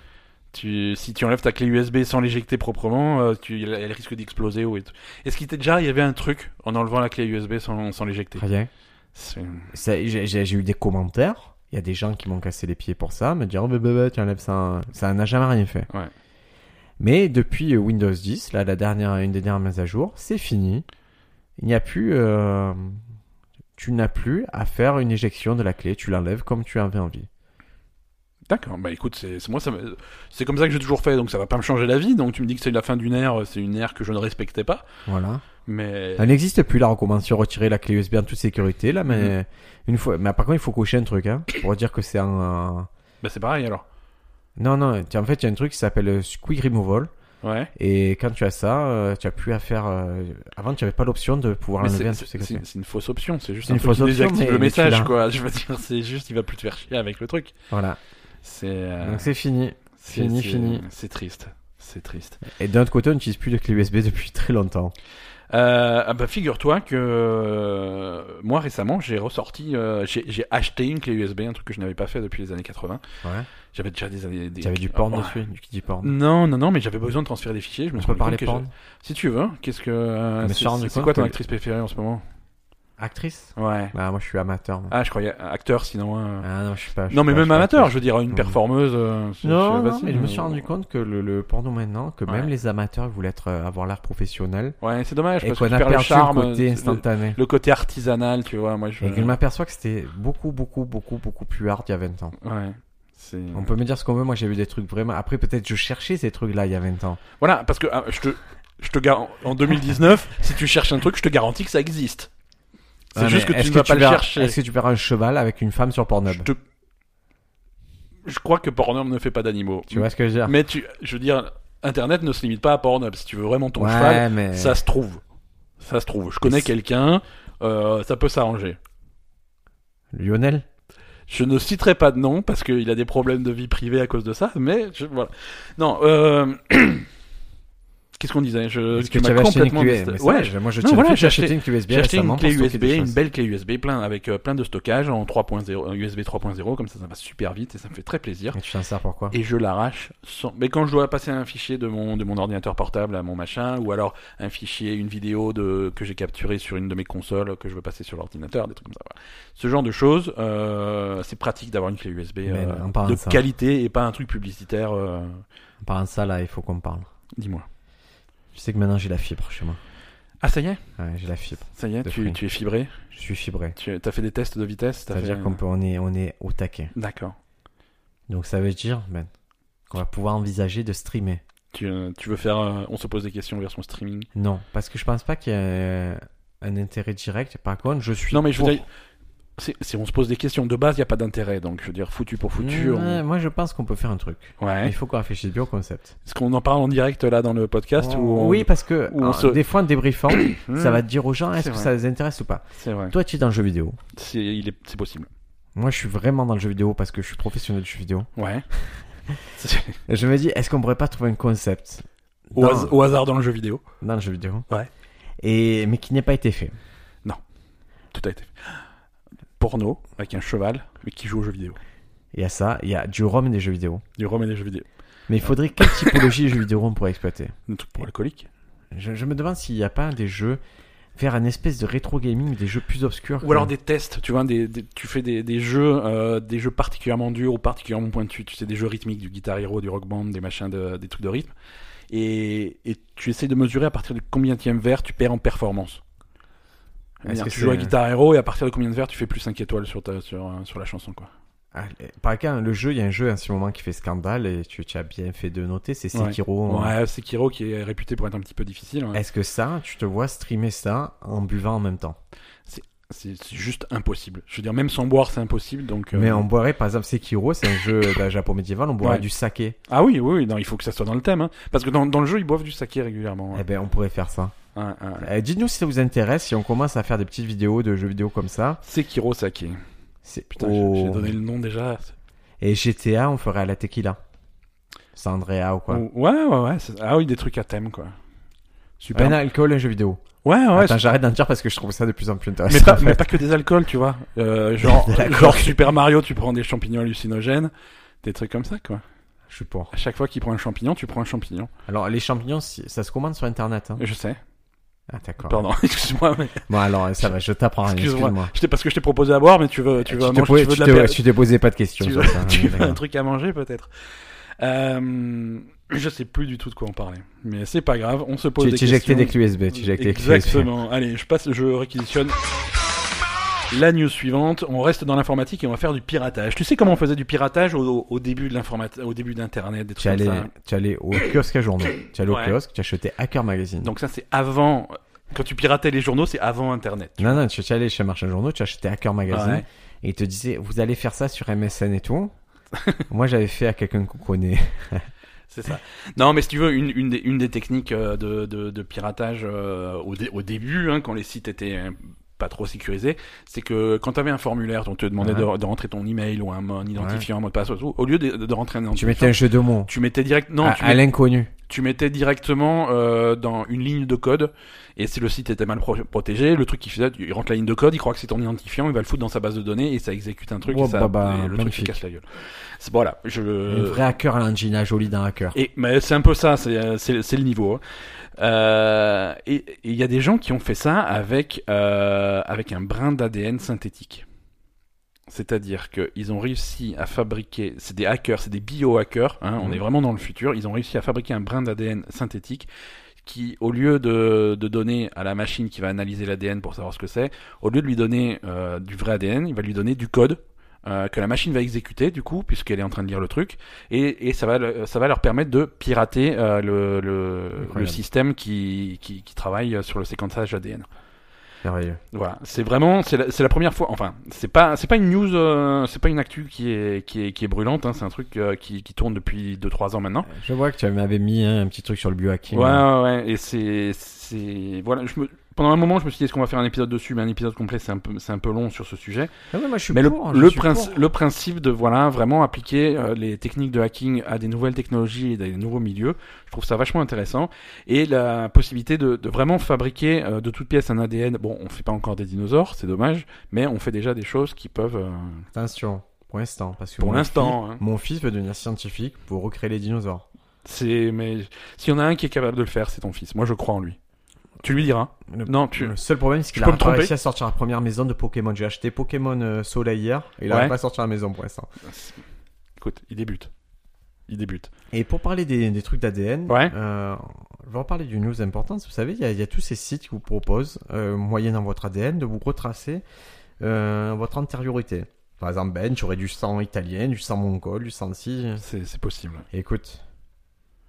S1: tu... Si tu enlèves ta clé USB sans l'éjecter proprement, euh, tu... elle- elle risque d'exploser. Ou... et tout. Est-ce qu'il t'est déjà arrivé un truc en enlevant la clé USB sans, sans l'éjecter
S2: Rien.
S1: C'est-
S2: Ça, j'ai, j'ai- j'ai eu des commentaires. Il y a des gens qui m'ont cassé les pieds pour ça, me dire oh, bah, bah, bah, tu enlèves ça. Ça n'a jamais rien fait.
S1: Ouais.
S2: Mais depuis euh, Windows 10, là, la dernière, une des dernières mises à jour, c'est fini. Il n'y a plus. euh, tu n'as plus à faire une éjection de la clé. Tu l'enlèves comme tu avais envie.
S1: D'accord, bah écoute, c'est c'est- moi, ça me- c'est comme ça que j'ai toujours fait, donc ça va pas me changer la vie. Donc tu me dis que c'est la fin d'une ère, c'est une ère que je ne respectais pas.
S2: Voilà.
S1: Mais
S2: Elle n'existe plus là. On commence à retirer la clé USB en toute sécurité là, mais une fois. Mais par contre, il faut cocher un truc hein, pour dire que c'est un. euh,
S1: bah, c'est pareil alors.
S2: Non, non. tiens, En fait, il y a un truc qui s'appelle euh, Quick Removal.
S1: Ouais.
S2: Et quand tu as ça, euh, tu as plus à faire. euh, Avant, tu n'avais pas l'option de pouvoir
S1: Mais
S2: l'enlever.
S1: c'est-
S2: en toute
S1: c'est
S2: sécurité.
S1: c'est- c'est une fausse option, c'est juste
S2: C'est
S1: un
S2: une
S1: truc qui
S2: fausse option,
S1: désactive
S2: mais-
S1: le
S2: mais tu l'as.
S1: message, quoi. (laughs) Je veux dire, c'est juste, il va plus te faire chier avec le truc.
S2: Voilà.
S1: C'est. euh,
S2: Donc c'est fini.
S1: c'est-
S2: fini,
S1: c'est-
S2: fini.
S1: C'est triste. C'est triste.
S2: Et d'un autre côté, on n'utilise plus de clé USB depuis très longtemps.
S1: Euh, ah bah figure-toi que euh, moi récemment j'ai ressorti, euh, j'ai j'ai acheté une clé USB, un truc que je n'avais pas fait depuis les années 80.
S2: Ouais.
S1: J'avais déjà des années. Des...
S2: Tu avais du porn
S1: Ah, ouais.
S2: dessus, du kiddie porn.
S1: Non, non, non, mais j'avais besoin de transférer des fichiers. Je me
S2: On
S1: suis
S2: peut
S1: rendu
S2: parler
S1: compte que
S2: porn Ah,
S1: je- Si tu veux, qu'est-ce que. euh,
S2: Je me suis
S1: c'est
S2: rendu
S1: c'est
S2: compte
S1: quoi ton
S2: que-
S1: actrice préférée en ce moment
S2: Actrice
S1: Ouais.
S2: Ah, moi je suis amateur. moi.
S1: Ah, je croyais acteur, sinon. hein.
S2: Ah non, je suis pas. je
S1: non,
S2: suis
S1: mais
S2: pas- je
S1: même
S2: suis pas
S1: amateur,
S2: actrice.
S1: je veux dire, une
S2: Mm.
S1: performeuse. euh, c'est-
S2: Non,
S1: c'est
S2: non,
S1: facile,
S2: mais je me suis
S1: euh,
S2: rendu compte que le, le porno maintenant, que même
S1: Ouais.
S2: les amateurs voulaient être, euh, avoir l'air professionnel
S1: Ouais, c'est dommage,
S2: et
S1: parce que
S2: qu'on
S1: tu
S2: a
S1: perds
S2: perdu
S1: le charme.
S2: le côté
S1: euh,
S2: instantané.
S1: le côté artisanal, tu vois. Moi, je.
S2: Et que je m'aperçois que c'était beaucoup, beaucoup, beaucoup, beaucoup plus hard il y a 20 ans.
S1: Ouais. C'est...
S2: On peut me dire ce qu'on veut, moi j'ai vu des trucs vraiment. Après, peut-être je cherchais ces trucs-là il y a 20 ans.
S1: Voilà, parce que ah, je te, je te gar- en 2019, si tu cherches un truc, je te garantis que ça existe. C'est
S2: Ouais,
S1: juste que
S2: Ah, mais
S1: tu
S2: est-ce
S1: ne vas pas le
S2: verras-
S1: chercher.
S2: Est-ce que tu verras un cheval avec une femme sur
S1: Je,
S2: Pornhub
S1: te- je crois que Pornhub ne fait pas d'animaux.
S2: Tu vois ce que je veux dire
S1: Mais tu, je veux dire, Internet ne se limite pas à Pornhub. Si tu veux vraiment ton
S2: Ouais,
S1: cheval,
S2: mais-
S1: ça se trouve. Ça se trouve. Je connais
S2: c'est-
S1: quelqu'un, euh, ça peut s'arranger.
S2: Lionel
S1: Je ne citerai pas de nom parce qu'il a des problèmes de vie privée à cause de ça, mais je- voilà. Non, euh... (clears throat) qu'est-ce qu'on disait je...
S2: Est-ce
S1: euh, tu m'as
S2: tu avais acheté une
S1: complètement
S2: clé
S1: dista-
S2: mais ça,
S1: Ouais,
S2: moi je
S1: Non, voilà,
S2: tiens le fait que
S1: j'ai acheté-
S2: une clé USB
S1: J'ai acheté une
S2: récemment
S1: clé
S2: pour stocker
S1: USB,
S2: des
S1: une
S2: choses.
S1: belle clé USB plein avec euh, plein de stockage en 3.0, euh, USB 3.0 comme ça ça va super vite et ça me fait très plaisir.
S2: Et tu t'en sers pourquoi
S1: Et je l'arrache sans mais quand je dois passer un fichier de mon de mon ordinateur portable à mon machin ou alors un fichier une vidéo de que j'ai capturée sur une de mes consoles que je veux passer sur l'ordinateur des trucs comme ça. voilà. Ce genre de choses euh, c'est pratique d'avoir une clé USB
S2: Mais
S1: euh,
S2: en parlant
S1: de
S2: de ça.
S1: qualité et pas un truc publicitaire euh,
S2: En parlant de ça, là, il faut qu'on parle.
S1: dis-moi.
S2: Tu sais que maintenant j'ai la fibre chez moi.
S1: Ah ça y est,
S2: Ouais, j'ai la fibre.
S1: ça y est,
S2: De
S1: tu,
S2: free.
S1: tu es fibré,
S2: Je suis fibré.
S1: tu as fait des tests de vitesse, t'as
S2: Ça veut
S1: fait-
S2: dire qu'on peut, on est, on est au taquet.
S1: D'accord.
S2: Donc ça veut dire, ben, qu'on va pouvoir envisager de streamer.
S1: Tu, euh, tu veux faire euh, On se pose des questions version streaming
S2: Non, parce que je pense pas qu'il y ait un intérêt direct. Par contre, je suis.
S1: Non, mais je veux
S2: pour-
S1: dire, c'est, c'est- on se pose des questions. De base, il n'y a pas d'intérêt. Donc, je veux dire, foutu pour foutu.
S2: Ouais,
S1: on- Hein
S2: Moi, je pense qu'on peut faire un truc.
S1: Mmh, Ouais.
S2: Il faut qu'on réfléchisse bien au concept.
S1: Est-ce qu'on en parle en direct là dans le podcast ou on-
S2: Oui, parce que
S1: ou on
S2: hein,
S1: se-
S2: des fois,
S1: (coughs)
S2: en débriefant, (coughs)
S1: Hmm,
S2: ça va te dire aux gens
S1: C'est
S2: est-ce que
S1: vrai.
S2: ça les intéresse ou pas.
S1: C'est vrai.
S2: Toi, tu es dans le jeu vidéo.
S1: C'est, il est, c'est possible.
S2: Moi, je suis vraiment dans le jeu vidéo parce que je suis professionnel du jeu vidéo.
S1: Ouais. (laughs) C'est-
S2: Et je me dis, est-ce qu'on pourrait pas trouver un concept
S1: au,
S2: dans,
S1: has- au hasard dans le jeu vidéo.
S2: dans le jeu vidéo
S1: Ouais.
S2: Et mais qui n'ait pas été fait.
S1: Tout a été fait. Porno avec un cheval mais qui joue aux jeux vidéo.
S2: Il y a ça, il y a du ROM et des jeux vidéo.
S1: Du rhum et des jeux vidéo.
S2: Mais il
S1: (coughs)
S2: faudrait quelle typologie de jeux vidéo on pourrait exploiter
S1: Un truc pour alcoolique.
S2: je, je me demande s'il n'y a pas des jeux faire un espèce de rétro gaming, des jeux plus obscurs.
S1: Ou alors des tests, tu vois, des, des- tu fais des, des jeux, euh, des jeux particulièrement durs ou particulièrement pointus, tu sais, des jeux rythmiques, du guitar hero, du rock band, des machins, de, des trucs de rythme, et, et tu essayes de mesurer à partir de combien de verre tu perds en performance.
S2: Est-ce
S1: C'est-à-dire,
S2: que
S1: Tu joues à
S2: Ah, c'est-
S1: guitar hero et à partir de combien de verres tu fais plus 5 étoiles sur, ta, sur, euh, sur la chanson, quoi.
S2: Ah, euh, par cas, le jeu, il y a un jeu à ce moment qui fait scandale et tu, tu as bien fait de noter, c'est
S1: Ouais.
S2: Sekiro.
S1: Ouais, Sekiro qui est réputé pour être un petit peu difficile, ouais.
S2: Est-ce que ça, tu te vois streamer ça en buvant en même temps
S1: c'est c'est juste impossible. Je veux dire, même sans boire, c'est impossible, donc. euh,
S2: Mais on boirait, par exemple, Sekiro, c'est un jeu d'un Japon médiéval, on boirait
S1: Ouais.
S2: du saké.
S1: Ah oui, oui, oui, non, il faut que ça soit dans le thème, hein. parce que dans, dans le jeu, ils boivent du saké régulièrement.
S2: Eh
S1: ouais.
S2: ben, on pourrait faire ça.
S1: Ouais, ouais, ouais.
S2: Euh, Dites-nous si ça vous intéresse, si on commence à faire des petites vidéos de jeux vidéo comme ça.
S1: Sekiro saké.
S2: C'est
S1: Putain,
S2: Oh.
S1: j'ai- j'ai donné le nom déjà.
S2: Et GTA, on ferait à la tequila. C'est Andrea ou quoi
S1: Ou- Ouais, ouais, ouais. c'est- Ah oui, des trucs à thème, quoi. Super.
S2: Un alcool, un jeu vidéo.
S1: Ouais, ouais.
S2: Attends,
S1: c'est-
S2: j'arrête d'en dire parce que je trouve ça de plus en plus intéressant.
S1: Mais pas,
S2: en fait. (laughs)
S1: mais pas que des alcools, tu vois. Euh, genre,
S2: De la
S1: genre Super Mario, tu prends des champignons hallucinogènes, des trucs comme ça, quoi.
S2: Je suis pour.
S1: À chaque fois qu'il prend un champignon, tu prends un champignon.
S2: Alors, les champignons, si- ça se commande sur internet. Hein.
S1: Je sais.
S2: Ah, d'accord.
S1: Pardon, (laughs) excuse-moi.
S2: (laughs)
S1: mais-
S2: Bon, alors, ça va, je t'apprends rien.
S1: Excuse-moi.
S2: Excuse-moi.
S1: Je t'ai- parce que je t'ai proposé à boire, mais tu veux, tu
S2: Euh, Tu
S1: veux, à
S2: te
S1: manger,
S2: posais-
S1: tu veux
S2: tu
S1: de la
S2: te-
S1: per-
S2: tu te posais pas de questions
S1: tu
S2: sur
S1: veux-
S2: ça.
S1: tu
S2: hein,
S1: veux un
S2: d'accord.
S1: truc à manger, peut-être. Euh, je sais plus du tout de quoi on parlait. Mais c'est pas grave, on se pose
S2: Tu-
S1: des
S2: tu
S1: questions.
S2: éjectais des clés USB. Tu éjectais des clés USB.
S1: Exactement. Allez, je passe, je réquisitionne. La news suivante, on reste dans l'informatique et on va faire du piratage. Tu sais comment on faisait du piratage au, au début de l'informatique, au début d'Internet, des
S2: Tu
S1: trucs comme
S2: allais,
S1: ça.
S2: tu allais au kiosque à journaux. Tu allais au
S1: Ouais.
S2: kiosque, tu achetais Hacker Magazine.
S1: Donc ça, c'est avant. Quand tu piratais les journaux, c'est avant Internet.
S2: Non, non, tu tu allais chez Marchand Journaux, tu achetais Hacker Magazine,
S1: Ouais.
S2: et il te disait, vous allez faire ça sur MSN et tout. (laughs) Moi, j'avais fait à quelqu'un qu'on
S1: (laughs)
S2: connaît.
S1: C'est ça. Non, mais si tu veux, une, une, des, une des techniques euh, de, de, de piratage euh, au, dé- au début, hein, quand les sites étaient euh, pas trop sécurisés, c'est que quand tu avais un formulaire, on te demandait de, de rentrer ton email ou un, un identifiant, un mot de passe, ou- au lieu de, de rentrer un
S2: Tu
S1: identifiant,
S2: mettais un jeu de mots.
S1: tu mettais direct. Non,
S2: à
S1: tu
S2: à l'inconnu.
S1: tu mettais directement euh, dans une ligne de code, et si le site était mal pro- protégé, le truc qu'il faisait, il rentre la ligne de code, il croit que c'est ton identifiant, il va le foutre dans sa base de données, et ça exécute un truc,
S2: Oh,
S1: et, ça,
S2: bah, bah,
S1: et le truc se
S2: magnifique.
S1: casse la gueule. C'est- Voilà, je...
S2: Un vrai hacker à l'angina, joli d'un hacker.
S1: Et mais c'est un peu ça, c'est euh, c'est c'est le niveau. hein. Euh, et et il y a des gens qui ont fait ça avec euh, avec un brin d'ADN synthétique. C'est-à-dire qu'ils ont réussi à fabriquer, c'est des hackers, c'est des biohackers, hein, on
S2: Mhm.
S1: est vraiment dans le futur, ils ont réussi à fabriquer un brin d'ADN synthétique qui, au lieu de, de donner à la machine qui va analyser l'ADN pour savoir ce que c'est, au lieu de lui donner euh, du vrai ADN, il va lui donner du code euh, que la machine va exécuter, du coup, puisqu'elle est en train de lire le truc, et, et ça, va, le- ça va leur permettre de pirater euh, le, le,
S2: Incroyable.
S1: le système qui, qui, qui travaille sur le séquençage ADN.
S2: Merveilleux.
S1: Voilà, c'est vraiment c'est la, c'est la première fois. Enfin, c'est pas c'est pas une news, euh, c'est pas une actu qui est qui est, qui est brûlante. Hein, c'est un truc euh, qui, qui tourne depuis 2-3 ans maintenant.
S2: Je vois que tu m'avais mis hein, un petit truc sur le biohacking. Ah
S1: Ouais, ouais, ouais, et c'est c'est voilà. Je me, pendant un moment, je me suis dit est-ce qu'on va faire un épisode dessus, mais un épisode complet, c'est un peu c'est un peu long sur ce sujet.
S2: Ah ouais, moi, je suis
S1: Mais le,
S2: pour, hein, je
S1: le,
S2: suis
S1: princi-
S2: pour.
S1: le principe de voilà vraiment appliquer euh, les techniques de hacking à des nouvelles technologies et des nouveaux milieux, je trouve ça vachement intéressant. Et la possibilité de, de vraiment fabriquer euh, de toutes pièces un ADN. Bon, on fait pas encore des dinosaures, c'est dommage, mais on fait déjà des choses qui peuvent. euh,
S2: Attention, pour l'instant. Parce que
S1: pour
S2: mon
S1: l'instant, hein.
S2: fils- Mon fils veut devenir scientifique pour recréer les dinosaures.
S1: c'est mais s'il y en a un qui est capable de le faire, c'est ton fils. Moi, je crois en lui. Tu lui diras.
S2: Le-
S1: Non, tu.
S2: Le seul problème, c'est qu'il
S1: Je peux
S2: a
S1: me
S2: pas
S1: tromper.
S2: réussi à sortir la première maison de Pokémon. J'ai acheté Pokémon euh, Soleil hier, et il
S1: Ouais.
S2: n'arrive pas à sortir la maison pour l'instant.
S1: Écoute, il débute. Il débute.
S2: Et pour parler des, des trucs d'ADN,
S1: Ouais.
S2: euh, je vais reparler d'une news importante. Vous savez, il y, a- il y a tous ces sites qui vous proposent, euh, moyennant votre ADN, de vous retracer euh, votre antériorité. Par exemple, Ben, j'aurais du sang italien, du sang mongol, du sang ci.
S1: C'est c'est possible.
S2: Et Écoute,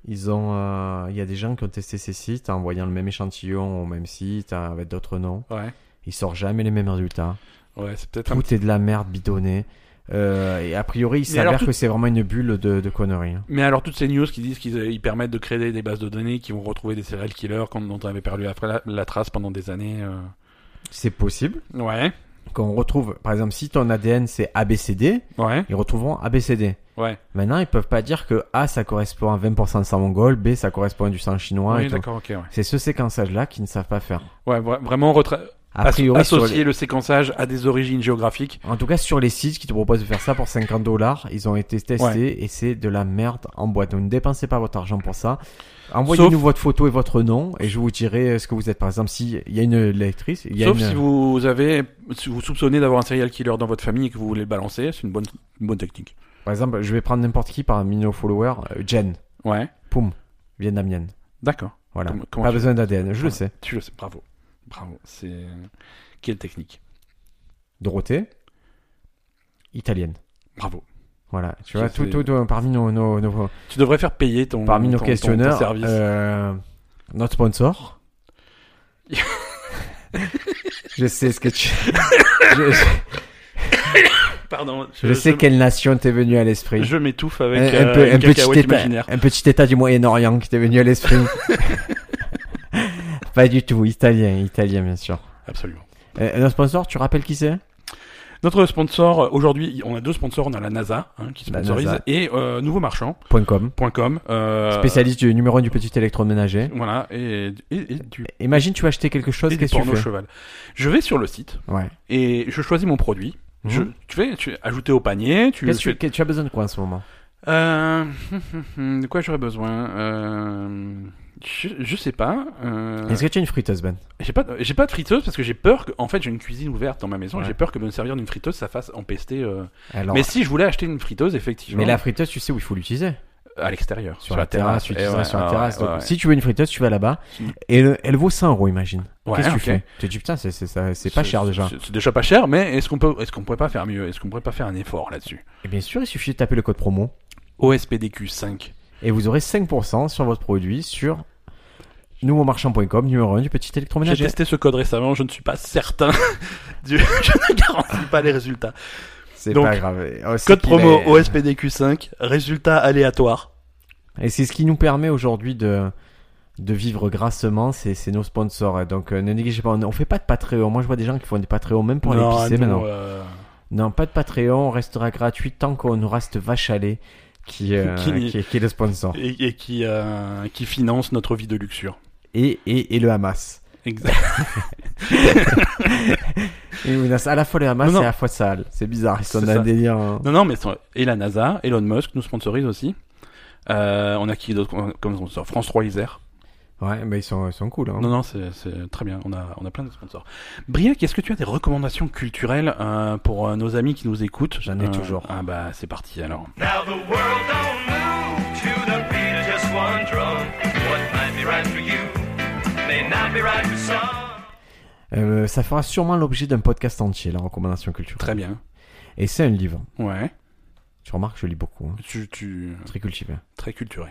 S2: ils ont, euh, il y a des gens qui ont testé ces sites en envoyant le même échantillon au même site hein, avec d'autres noms.
S1: Ouais.
S2: Ils sortent jamais les mêmes résultats.
S1: Ouais, c'est peut-être un
S2: Tout est de la merde bidonnée. Euh, et a priori, il
S1: Mais alors,
S2: s'avère
S1: tout-
S2: que c'est vraiment une bulle de, de conneries. hein.
S1: Mais alors toutes ces news qui disent qu'ils euh, ils permettent de créer des bases de données qui vont retrouver des serial killers quand, dont on avait perdu la, la- la trace pendant des années. euh.
S2: C'est possible
S1: Ouais,
S2: qu'on retrouve, par exemple, si ton ADN c'est ABCD,
S1: ouais,
S2: ils retrouveront ABCD.
S1: ouais.
S2: Maintenant, ils peuvent pas dire que A ça correspond à 20% de sang mongol, B ça correspond à du sang chinois.
S1: oui,
S2: et tout.
S1: d'accord, ok. Ouais,
S2: c'est ce séquençage-là qu'ils ne savent pas faire.
S1: ouais vra- vraiment retra-
S2: A
S1: asso-
S2: priori, sur les-
S1: associer le séquençage à des origines géographiques.
S2: En tout cas, sur les sites qui te proposent de faire ça pour 50 dollars, ils ont été testés
S1: Ouais.
S2: et c'est de la merde en boîte. Donc ne dépensez pas votre argent pour ça. Envoyez-nous
S1: Sauf-
S2: votre photo et votre nom et je vous dirai euh, ce que vous êtes. Par exemple, s'il y a une lectrice, il y a
S1: Sauf
S2: une... euh,
S1: si vous avez, si vous soupçonnez d'avoir un serial killer dans votre famille et que vous voulez le balancer, c'est une bonne, une bonne technique.
S2: Par exemple, je vais prendre n'importe qui parmi nos followers. Euh, Jen,
S1: Ouais,
S2: poum, vietnamienne.
S1: d'accord.
S2: Voilà.
S1: Comment- comment
S2: pas
S1: tu-
S2: besoin d'ADN, je le
S1: Ouais.
S2: sais.
S1: Tu le sais, bravo, bravo. C'est quelle technique,
S2: Dorothée, italienne.
S1: bravo.
S2: Voilà, tu
S1: Ça,
S2: vois, tout,
S1: c'est-
S2: tout, tout- parmi nos, nos, nos-
S1: Tu devrais faire payer ton
S2: parmi nos
S1: ton- ton- ton
S2: questionneurs,
S1: service.
S2: euh, notre sponsor. (laughs) je sais ce que (laughs) tu. je, je-
S1: Pardon.
S2: je sais quelle nation t'es venue à l'esprit.
S1: Je m'étouffe avec
S2: Un, un
S1: euh,
S2: peu-
S1: une
S2: un petit
S1: cacahuète
S2: état,
S1: imaginaire.
S2: un petit état du Moyen-Orient qui t'est venu à l'esprit.
S1: (laughs)
S2: Pas du tout, italien, italien bien sûr.
S1: Absolument.
S2: Euh, notre sponsor, tu rappelles qui c'est
S1: Notre sponsor, euh, aujourd'hui, on a deux sponsors. On a la NASA hein, qui
S2: La
S1: sponsorise
S2: NASA.
S1: et euh, nouveaumarchand.com.
S2: Point .com,
S1: Euh,
S2: spécialiste du numéro 1 du petit électroménager.
S1: Voilà, et, et, et du,
S2: Imagine, tu vas acheter quelque chose,
S1: et du
S2: qu'est-ce que tu
S1: porno
S2: fais
S1: cheval. Je vais sur le site
S2: Ouais.
S1: et je choisis mon produit.
S2: Mhm.
S1: Je, tu fais tu, ajouter au panier. Tu,
S2: Qu'est-ce que
S1: tu-
S2: tu, que- tu as besoin de quoi en ce moment
S1: Euh, (laughs) de quoi j'aurais besoin euh, je, je sais pas. euh,
S2: Est-ce que tu as une friteuse, Ben
S1: J'ai pas, de- j'ai pas de friteuse parce que j'ai peur que, en fait, j'ai une cuisine ouverte dans ma maison.
S2: Ouais.
S1: J'ai peur que me servir d'une friteuse, ça fasse empester. euh,
S2: Alors,
S1: Mais si je voulais acheter une friteuse, effectivement,
S2: Mais la friteuse, tu sais où il faut l'utiliser.
S1: à l'extérieur,
S2: Sur, la terrasse, tu
S1: eh
S2: l'utiliseras
S1: ouais,
S2: sur la
S1: ouais,
S2: terrasse.
S1: ouais,
S2: Donc,
S1: ouais.
S2: Si tu veux une friteuse, tu vas là-bas. Et le- elle vaut 100 euros, imagine.
S1: Ouais,
S2: Qu'est-ce que
S1: ok.
S2: tu fais Tu te dis, putain, c'est, c'est, ça- c'est pas cher déjà.
S1: C'est c'est déjà pas cher, mais est-ce qu'on peut, est-ce qu'on pourrait pas faire mieux Est-ce qu'on pourrait pas faire un effort là-dessus
S2: Et Eh bien sûr, il suffit de taper le code promo.
S1: OSPDQ 5.
S2: Et vous aurez 5% sur votre produit sur nouveaumarchand.com, numéro 1 du petit
S1: J'ai
S2: électroménager.
S1: testé ce code récemment, je ne suis pas certain. (laughs) du- je ne garantis pas les résultats.
S2: C'est
S1: Donc,
S2: pas grave. Oh, c'est
S1: Code
S2: qu'il
S1: promo
S2: est-
S1: OSPDQ 5. Résultat aléatoire.
S2: Et c'est ce qui nous permet aujourd'hui de de vivre grassement, c'est, c'est nos sponsors. Et Donc euh, ne négligez pas, on, on fait pas de Patreon. Moi je vois des gens qui font des Patreon même pour
S1: Non,
S2: aller pisser
S1: nous,
S2: maintenant.
S1: euh,
S2: Non, pas de Patreon, on restera gratuit tant qu'on aura cette vache à lait qui, euh,
S1: (laughs) Qui-
S2: qui est- qui est le sponsor.
S1: et, et qui, euh, qui finance notre vie de luxure.
S2: Et, et, et le Hamas.
S1: Exact.
S2: Et oui, à la fois le Hamas
S1: Non, non.
S2: et à la fois Sahel. C'est bizarre, ils sont
S1: C'est
S2: dans un
S1: ça.
S2: délire. hein.
S1: non, non, mais son- et la NASA, Elon Musk nous sponsorise aussi. Euh, on a qui d'autre comme- comme sponsor France 3 Isère.
S2: Ouais, mais ils sont, ils sont cool. Hein.
S1: Non, non, c'est c'est très bien. On a, on a plein de sponsors. Briac, est-ce que tu as des recommandations culturelles euh, pour euh, nos amis qui nous écoutent
S2: J'en ai
S1: Euh,
S2: toujours.
S1: Ah bah c'est parti alors.
S5: Now the world don't move to the beat of just one drum. What might be right for you may not be right for some.
S2: Euh, ça fera sûrement l'objet d'un podcast entier, la recommandation culturelle.
S1: Très bien.
S2: Et c'est un livre.
S1: Ouais.
S2: Tu remarques, je lis beaucoup. hein.
S1: Tu, tu...
S2: Très cultivé.
S1: Très culturé.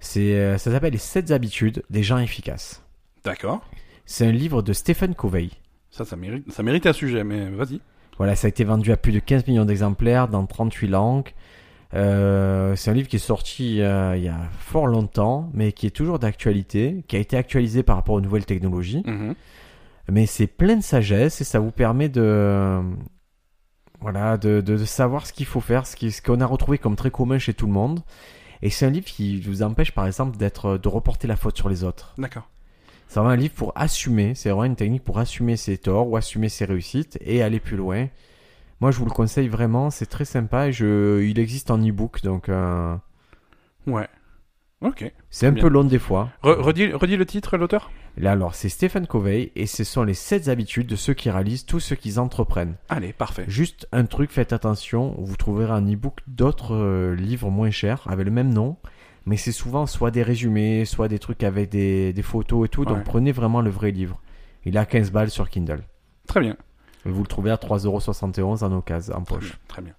S2: C'est, euh, ça s'appelle Les 7 habitudes des gens efficaces.
S1: D'accord.
S2: C'est un livre de Stephen Covey.
S1: Ça, ça mérite, ça mérite un sujet, mais vas-y.
S2: Voilà, ça a été vendu à plus de 15 millions d'exemplaires dans 38 langues. Euh, c'est un livre qui est sorti euh, il y a fort longtemps, mais qui est toujours d'actualité, qui a été actualisé par rapport aux nouvelles technologies.
S1: Mhm.
S2: Mais c'est plein de sagesse et ça vous permet de, voilà, de, de- de savoir ce qu'il faut faire, ce qui- ce qu'on a retrouvé comme très commun chez tout le monde. Et c'est un livre qui vous empêche, par exemple, d'être, de reporter la faute sur les autres.
S1: D'accord.
S2: C'est vraiment un livre pour assumer. C'est vraiment une technique pour assumer ses torts ou assumer ses réussites et aller plus loin. Moi, je vous le conseille vraiment. C'est très sympa. Et je... Il existe en e-book, donc euh,
S1: Ouais. Ok.
S2: c'est un
S1: Bien.
S2: peu long des fois.
S1: Re- redis, redis le titre, l'auteur
S2: Là, alors, c'est Stéphane Covey et ce sont les 7 habitudes de ceux qui réalisent tout ce qu'ils entreprennent.
S1: Allez, parfait.
S2: Juste un truc, faites attention. Vous trouverez en e-book d'autres euh, livres moins chers avec le même nom. Mais c'est souvent soit des résumés, soit des trucs avec des, des photos et tout.
S1: Ouais.
S2: Donc prenez vraiment le vrai livre. Il a 15 balles sur Kindle.
S1: Très bien.
S2: Vous le trouvez à 3,71€ en occasion, en
S1: Très
S2: poche.
S1: bien. Très bien.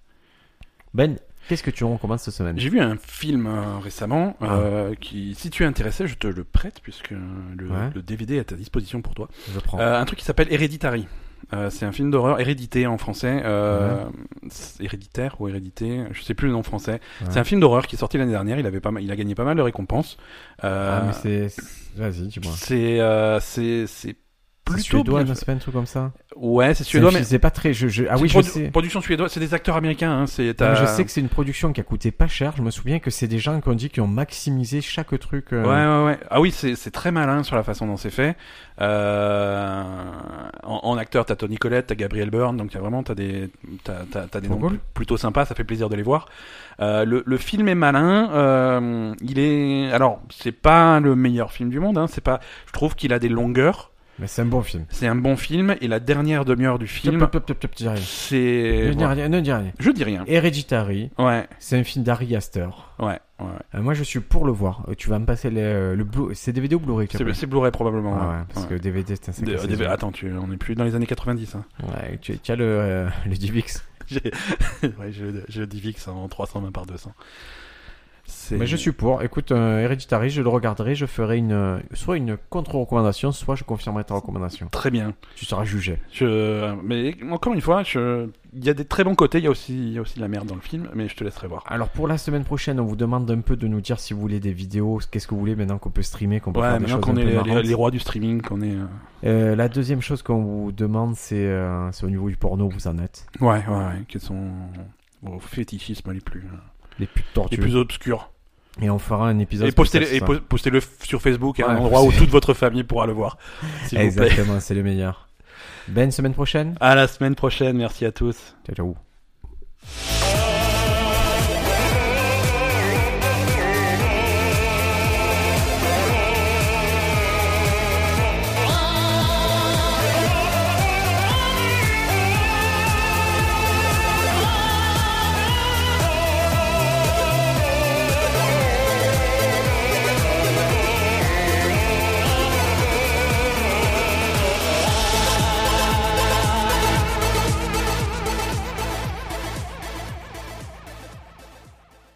S2: Ben, qu'est-ce que tu recommandes cette semaine
S1: J'ai vu un film euh, récemment
S2: Ah.
S1: euh, qui, si tu es intéressé, je te le prête puisque euh, le,
S2: Ouais.
S1: le DVD est à ta disposition pour toi.
S2: Je prends.
S1: Euh, un truc qui s'appelle Hereditary. Euh, c'est un film d'horreur hérédité en français. euh, c'est Héréditaire ou hérédité, je sais plus le nom français.
S2: Ouais.
S1: C'est un film d'horreur qui est sorti l'année dernière. Il avait pas mal- il a gagné pas mal de récompenses. Euh,
S2: Ah, mais c'est. c'est- Vas-y, dis-moi.
S1: c'est euh, c'est c'est
S2: C'est
S1: plutôt
S2: suédois,
S1: bien
S2: non,
S1: fait.
S2: c'est pas un truc comme ça
S1: Ouais, c'est
S2: C'est
S1: suédois,
S2: un
S1: mais
S2: film- C'est pas très. je- je- Ah
S1: c'est
S2: oui, je
S1: produ-
S2: sais.
S1: Production suédoise, c'est des acteurs américains. Hein, c'est
S2: Non,
S1: t'as-
S2: mais je sais que c'est une production qui a coûté pas cher. Je me souviens que c'est des gens qui ont dit qu'ils ont maximisé chaque truc. euh,
S1: Ouais, ouais, ouais. Ah oui, c'est c'est très malin sur la façon dont c'est fait. Euh, en, en acteur, t'as Tony Collette, t'as Gabriel Byrne, donc t'as vraiment t'as des t'as t'as- t'as des
S2: Trop
S1: noms
S2: cool.
S1: pl- plutôt sympas. Ça fait plaisir de les voir. Euh, le, le film est malin. euh, il est alors c'est pas le meilleur film du monde. Hein, c'est pas. Je trouve qu'il a des longueurs.
S2: Mais c'est un bon film.
S1: C'est un bon film et la dernière demi-heure du film,
S2: Top, top, top, top, dis rien.
S1: c'est
S2: Ne dis
S1: voilà.
S2: rien, ne dis rien.
S1: je dis rien.
S2: Hereditary,
S1: Ouais,
S2: c'est un film d'Ari Aster.
S1: ouais, ouais.
S2: Euh, moi, je suis pour le voir. Euh, Tu vas me passer le, le Blu- C'est DVD ou Blu-ray tu
S1: C'est
S2: as pris
S1: c'est Blu-ray probablement.
S2: Ah
S1: ouais.
S2: ouais, parce
S1: Ouais.
S2: que DVD, c'est un
S1: Des-
S2: sacré
S1: des-
S2: saison.
S1: attends, tu, on est plus dans les années 90. Hein.
S2: Ouais, tu, tu as
S1: (laughs)
S2: le, euh, le DivX.
S1: J'ai ouais, j'ai le- j'ai le DivX en 320 par 200. C'est-
S2: Mais je suis pour. Écoute, euh, Hereditary, je le regarderai, je ferai une, euh, soit une contre-recommandation, soit je confirmerai ta recommandation.
S1: très bien.
S2: Tu seras jugé.
S1: Je... Mais encore une fois, je... il y a des très bons côtés, il y, a aussi... il y a aussi de la merde dans le film, mais je te laisserai voir.
S2: Alors pour la semaine prochaine, on vous demande un peu de nous dire si vous voulez des vidéos, qu'est-ce que vous voulez maintenant qu'on peut streamer, qu'on peut
S1: Ouais,
S2: faire des
S1: maintenant
S2: choses
S1: qu'on est
S2: un peu
S1: les, les-
S2: marrantes.
S1: les rois du streaming, qu'on est. euh,
S2: Euh, la deuxième chose qu'on vous demande, c'est euh, c'est au niveau du porno, vous en êtes.
S1: Ouais, ouais, ouais. Quels sont vos fétichismes les plus, euh,
S2: Les putes
S1: les
S2: tortues.
S1: plus obscurs
S2: Et on fera un épisode.
S1: Et postez-le
S2: spécial
S1: et
S2: sur
S1: po- postez-le f- sur Facebook à un
S2: Ouais,
S1: endroit où
S2: postez-
S1: toute votre famille pourra le voir. S'il
S2: ça.
S1: vous plaît.
S2: Exactement, c'est le meilleur. Ben, semaine prochaine
S1: À la semaine prochaine. Merci à tous.
S2: Ciao, ciao.